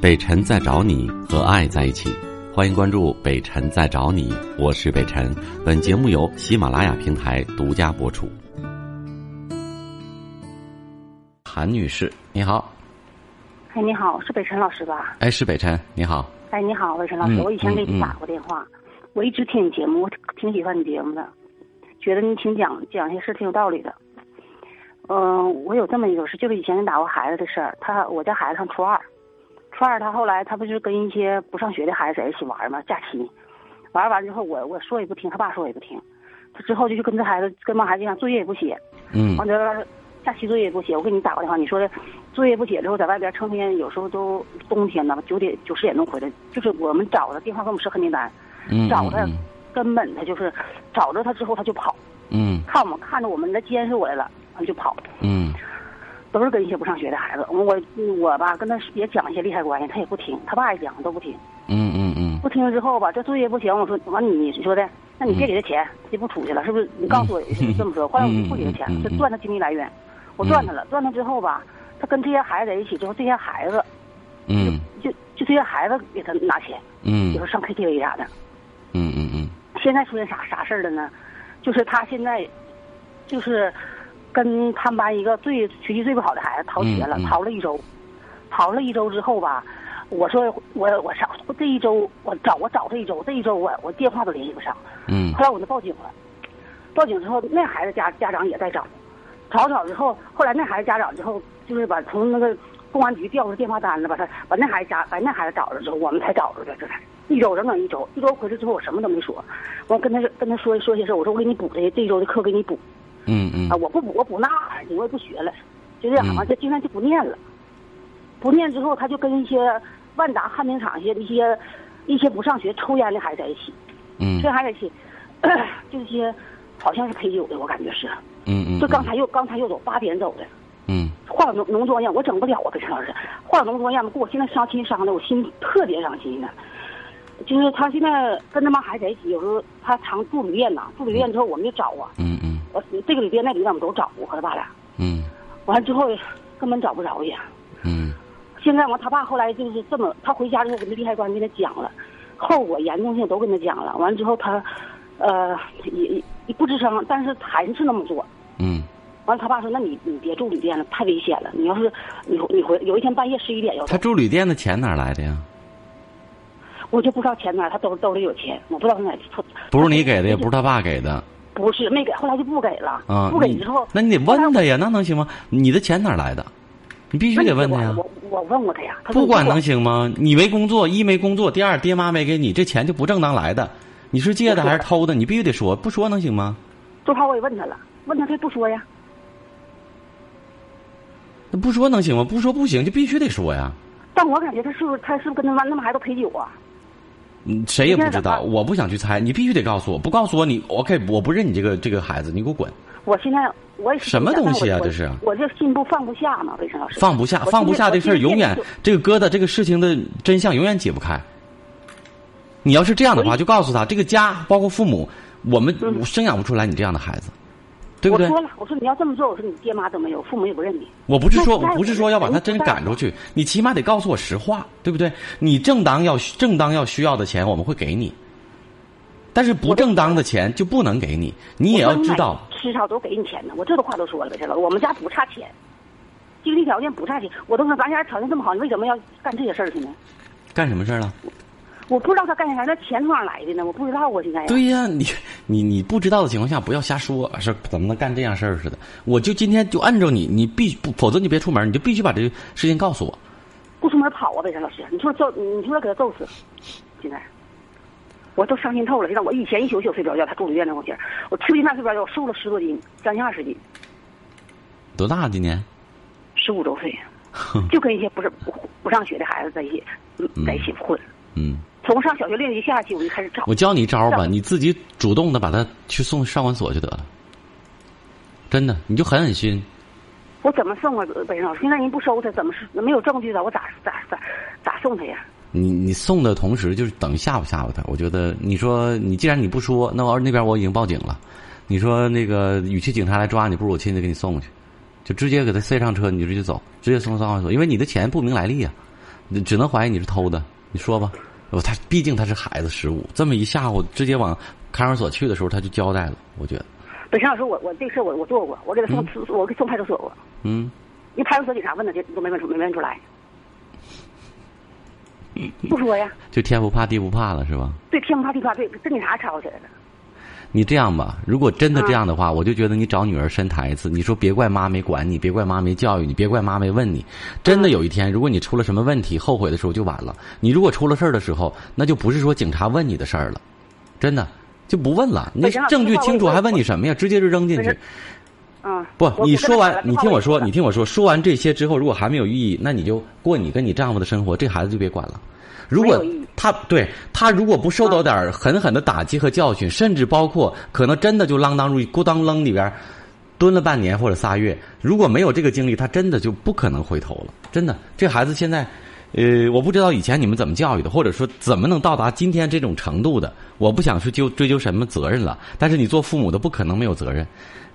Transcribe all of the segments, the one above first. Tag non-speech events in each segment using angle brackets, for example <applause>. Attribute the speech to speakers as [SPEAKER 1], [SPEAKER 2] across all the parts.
[SPEAKER 1] 北辰在找你和爱在一起。欢迎关注北辰在找你，我是北辰。本节目由喜马拉雅平台独家播出。韩女士，你好，
[SPEAKER 2] 哎，你好，是北辰老师吧？
[SPEAKER 1] 哎，是北辰，你好，
[SPEAKER 2] 哎，你好，北辰老师，
[SPEAKER 1] 嗯
[SPEAKER 2] 我以前给
[SPEAKER 1] 嗯嗯
[SPEAKER 2] 你打过电话，我一直听你节目，我挺喜欢你节目的，觉得你挺讲讲些事挺有道理的。嗯、我有这么一个事，就是以前你打过孩子的事儿，他我家孩子上初二，初二他后来他不是跟一些不上学的孩子在一起玩嘛，假期，玩完之后我我说也不听，他爸说也不听，他之后就去跟这孩子跟帮孩子一样，作业也不写，
[SPEAKER 1] 嗯
[SPEAKER 2] 完了，假期作业也不写，我给你打过电话，你说的作业不写之后，在外边成天，有时候都冬天呢，九点九十点钟回来，就是我们找他，电话跟我们说很简单，
[SPEAKER 1] 嗯
[SPEAKER 2] 找他
[SPEAKER 1] 嗯
[SPEAKER 2] 根本他就是找着他之后他就跑，
[SPEAKER 1] 嗯
[SPEAKER 2] 看我们看着我们来监视我来了，他就跑，
[SPEAKER 1] 嗯
[SPEAKER 2] 都是跟一些不上学的孩子。我我吧跟他也讲一些利害关系，他也不听，他爸也讲都不听，
[SPEAKER 1] 嗯嗯嗯
[SPEAKER 2] 不听之后吧，这作业不行，我说完你说的，那
[SPEAKER 1] 嗯
[SPEAKER 2] 你别给他钱，他就不出去了，是不是？你告诉我这么说，后来我就不给
[SPEAKER 1] 嗯嗯
[SPEAKER 2] 他
[SPEAKER 1] 嗯
[SPEAKER 2] 钱，
[SPEAKER 1] 嗯
[SPEAKER 2] 就断他经济来源，我断他了，断他之后吧，他跟这些孩子在一起之后，这些孩子
[SPEAKER 1] 嗯
[SPEAKER 2] 就就这些孩子给他拿钱，
[SPEAKER 1] 嗯
[SPEAKER 2] 比如上 KTV 啥的。
[SPEAKER 1] 嗯嗯嗯
[SPEAKER 2] 现在出现啥啥事儿了呢？就是他现在就是跟他们班一个最学习最不好的孩子逃学了
[SPEAKER 1] 嗯嗯，
[SPEAKER 2] 逃了一周，逃了一周之后吧，我说我我上这一周我找我找这一周，这一周我我电话都联系不上，
[SPEAKER 1] 嗯
[SPEAKER 2] 后来我就报警了，报警之后那孩子家家长也在找，找找之后，后来那孩子家长之后就是把从那个公安局调出电话单子，把他把那孩子家把那孩子找着之后，我们才找着的，这才一周整整一周，一周回去之后我什么都没说，我跟他跟他说说些事儿，我说我给你补这这一周的课给你补
[SPEAKER 1] 嗯嗯
[SPEAKER 2] 啊，我不补我补那玩意儿去，我也不学了，就这样
[SPEAKER 1] 嗯
[SPEAKER 2] 完这今天就不念了，不念之后他就跟一些万达旱冰场一些一些一些不上学抽烟的孩子在一起。
[SPEAKER 1] 嗯
[SPEAKER 2] 这还得去， <clears throat> 这些好像是陪酒的，我感觉是。
[SPEAKER 1] 嗯
[SPEAKER 2] 就刚才又刚才又走，八点走的，
[SPEAKER 1] 嗯
[SPEAKER 2] 化了浓浓妆艳，我整不了啊，北辰老师，化了浓妆艳吧，给我现在伤心伤的，我心特别伤心呢。就是他现在跟他妈孩子在一起，有时候他常住旅店呐，住旅店之后我们就找啊，
[SPEAKER 1] 嗯嗯
[SPEAKER 2] 我这个旅店那旅店我们都找，我和他爸俩，
[SPEAKER 1] 嗯
[SPEAKER 2] 完了之后根本找不着啊呀。
[SPEAKER 1] 嗯
[SPEAKER 2] 现在完，他爸后来就是这么，他回家之后跟他利害关系跟他讲了，后果严重性都跟他讲了。完了之后他，呃，也也不吱声，但是还是那么做。
[SPEAKER 1] 嗯
[SPEAKER 2] 完了，他爸说：“那你你别住旅店了，太危险了。你要是你你回有一天半夜十一点要
[SPEAKER 1] 他
[SPEAKER 2] 走，
[SPEAKER 1] 住旅店的钱哪儿来的呀？
[SPEAKER 2] 我就不知道钱哪儿，他兜兜里有钱，我不知道他哪儿他
[SPEAKER 1] 不是你给的，也不是他爸给的
[SPEAKER 2] 不是没给，后来就不给了。
[SPEAKER 1] 啊。
[SPEAKER 2] 不给之后，
[SPEAKER 1] 那你得问他呀，那能行吗？你的钱哪儿来的？你必须得问他呀。
[SPEAKER 2] 我我问过他呀，他说
[SPEAKER 1] 不管
[SPEAKER 2] 你
[SPEAKER 1] 能行吗？你没工作，一没工作，第二爹妈没给你，这钱就不正当来的。你是借的还是偷的？你必须得说，不说能行吗？
[SPEAKER 2] 这话我也问他了，问他他也不说呀。
[SPEAKER 1] 那不说能行吗？不说不行，就必须得说呀。
[SPEAKER 2] 但我感觉他是不是他是不是跟他妈他们还都陪酒啊？
[SPEAKER 1] 嗯，谁也不知
[SPEAKER 2] 现在
[SPEAKER 1] 道，
[SPEAKER 2] 咋办
[SPEAKER 1] 我不想去猜，你必须得告诉我，不告诉我你 OK，我不认你这个这个孩子，你给我滚，
[SPEAKER 2] 我现在我也是
[SPEAKER 1] 什么东西啊
[SPEAKER 2] 我
[SPEAKER 1] 这是
[SPEAKER 2] 我这心不放不下嘛，魏晨老师。
[SPEAKER 1] 放不下，
[SPEAKER 2] 我
[SPEAKER 1] 放不下
[SPEAKER 2] 今
[SPEAKER 1] 这
[SPEAKER 2] 天
[SPEAKER 1] 事儿永远
[SPEAKER 2] 我今
[SPEAKER 1] 这个疙瘩，这个事情的真相永远解不开。你要是这样的话，就告诉他，这个家包括父母，我们生养不出来你这样的孩子，对不
[SPEAKER 2] 天就
[SPEAKER 1] 对
[SPEAKER 2] 嗯我？说了，我说你要这么做，我说你爹妈都没有，父母也不认你。
[SPEAKER 1] 我不是说，我
[SPEAKER 2] 那不在乎
[SPEAKER 1] 不是说要把他真赶出去，你起码得告诉我实话，对不对？你正当要正当要需要的钱，我们会给你，但是不正当的钱就不能给你，你也要
[SPEAKER 2] 我说
[SPEAKER 1] 知
[SPEAKER 2] 买
[SPEAKER 1] 道，
[SPEAKER 2] 吃啥都给你钱呢，我这都话都说了，魏晨老师，我们家不差钱，经济条件不差钱。我都说咱家条件这么好，你为什么要干这些事儿去呢？
[SPEAKER 1] 干什么事儿了？
[SPEAKER 2] 我不知道他干啥，那钱从哪儿来的呢？我不知道啊，现在呀。
[SPEAKER 1] <laughs> 对呀、你你你不知道的情况下，不要瞎说，是怎么能干这样事儿似的？我就今天就按照你，你必不，否则你别出门，你就必须把这个事情告诉我。
[SPEAKER 2] 不出门跑啊，魏晨老师，你说揍，你说给他揍死，现在我都伤心透了。现在我以前一宿宿睡不着觉，他住旅店那会儿，我吃不进饭睡不着觉，我瘦了十多斤，将近二十斤，
[SPEAKER 1] 多大今年？
[SPEAKER 2] 十五周岁，就跟一些不是不不上学的孩子在一起，嗯在一起混。
[SPEAKER 1] 嗯，
[SPEAKER 2] 从上小学六年级下学期我就开始找
[SPEAKER 1] 我，教你一招儿吧，
[SPEAKER 2] 上
[SPEAKER 1] 你自己主动的把他去送上管所就得了。真的，你就狠狠心，
[SPEAKER 2] 我怎么送啊，魏晨老师？现在人不收他，怎么是没有证据的？我咋咋咋咋送他呀？
[SPEAKER 1] 你你送的同时，就是等吓唬吓唬他。我觉得你说你既然你不说，那我那边我已经报警了。你说那个，与其警察来抓你，不如我亲自给你送过去，就直接给他塞上车，你就直接走，直接送上派出所，因为你的钱不明来历啊。你只能怀疑你是偷的。你说吧，我他毕竟他是孩子食物，这么一吓唬，直接往看守所去的时候他就交代了，我觉得，
[SPEAKER 2] 本身老师，我我这事我我做过，我给他送、我给送派出所过，
[SPEAKER 1] 嗯，
[SPEAKER 2] 因为派出所警察问他，这都没问出没问出来，不说呀，
[SPEAKER 1] 就天不怕地不怕了是吧？
[SPEAKER 2] 对天不怕地不怕，对跟警察吵起来了。
[SPEAKER 1] 你这样吧，如果真的这样的
[SPEAKER 2] 嗯
[SPEAKER 1] 话，我就觉得你找女儿深谈一次。你说别怪妈没管你，别怪妈没教育你，别怪妈没问你。真的有一天，如果你出了什么问题，后悔的时候就晚了。你如果出了事儿的时候，那就不是说警察问你的事儿了，真的就不问了。你
[SPEAKER 2] 本身老师
[SPEAKER 1] 证据清楚
[SPEAKER 2] 我我
[SPEAKER 1] 还问你什么呀？直接就扔进
[SPEAKER 2] 本
[SPEAKER 1] 去
[SPEAKER 2] 身。嗯，
[SPEAKER 1] 不
[SPEAKER 2] 我，
[SPEAKER 1] 你
[SPEAKER 2] 我跟
[SPEAKER 1] 说
[SPEAKER 2] 他
[SPEAKER 1] 完
[SPEAKER 2] 打了，
[SPEAKER 1] 你
[SPEAKER 2] 电话
[SPEAKER 1] 听我说，
[SPEAKER 2] 也
[SPEAKER 1] 你听我说，说完这些之后，如果还没有意义，那你就过你跟你丈夫的生活，这孩子就别管了。如果
[SPEAKER 2] 没有意义
[SPEAKER 1] 他对他如果不受到点儿狠狠的打击和教训，甚至包括可能真的就锒铛入咕当楞里边儿蹲了半年或者仨月，如果没有这个经历，他真的就不可能回头了。真的，这孩子现在，呃，我不知道以前你们怎么教育的，或者说怎么能到达今天这种程度的。我不想去究追究什么责任了，但是你做父母的不可能没有责任。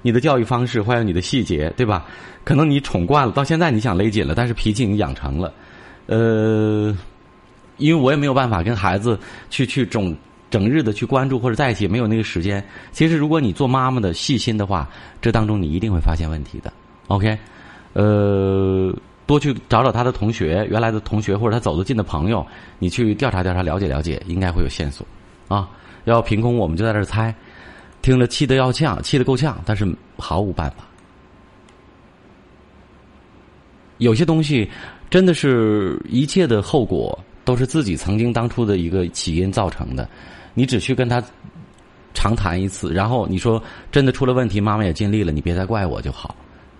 [SPEAKER 1] 你的教育方式，还有你的细节，对吧？可能你宠惯了，到现在你想勒紧了，但是脾气你养成了，呃，因为我也没有办法跟孩子去去整整日的去关注或者在一起，没有那个时间。其实，如果你做妈妈的细心的话，这当中你一定会发现问题的。OK，呃，多去找找他的同学，原来的同学或者他走得近的朋友，你去调查调查，了解了解，应该会有线索啊。要凭空我们就在这儿猜，听着气得要呛，气得够呛，但是毫无办法。有些东西真的是一切的后果都是自己曾经当初的一个起因造成的，你只去跟他长谈一次，然后你说真的出了问题，妈妈也尽力了，你别再怪我就好。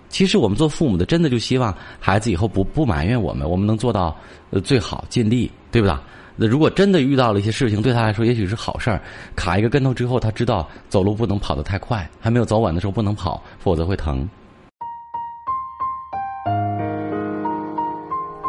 [SPEAKER 1] 其实我们做父母的，真的就希望孩子以后不不埋怨我们，我们能做到呃最好，尽力，对不对？那如果真的遇到了一些事情，对他来说也许是好事儿。卡一个跟头之后，他知道走路不能跑得太快，还没有走稳的时候不能跑，否则会疼。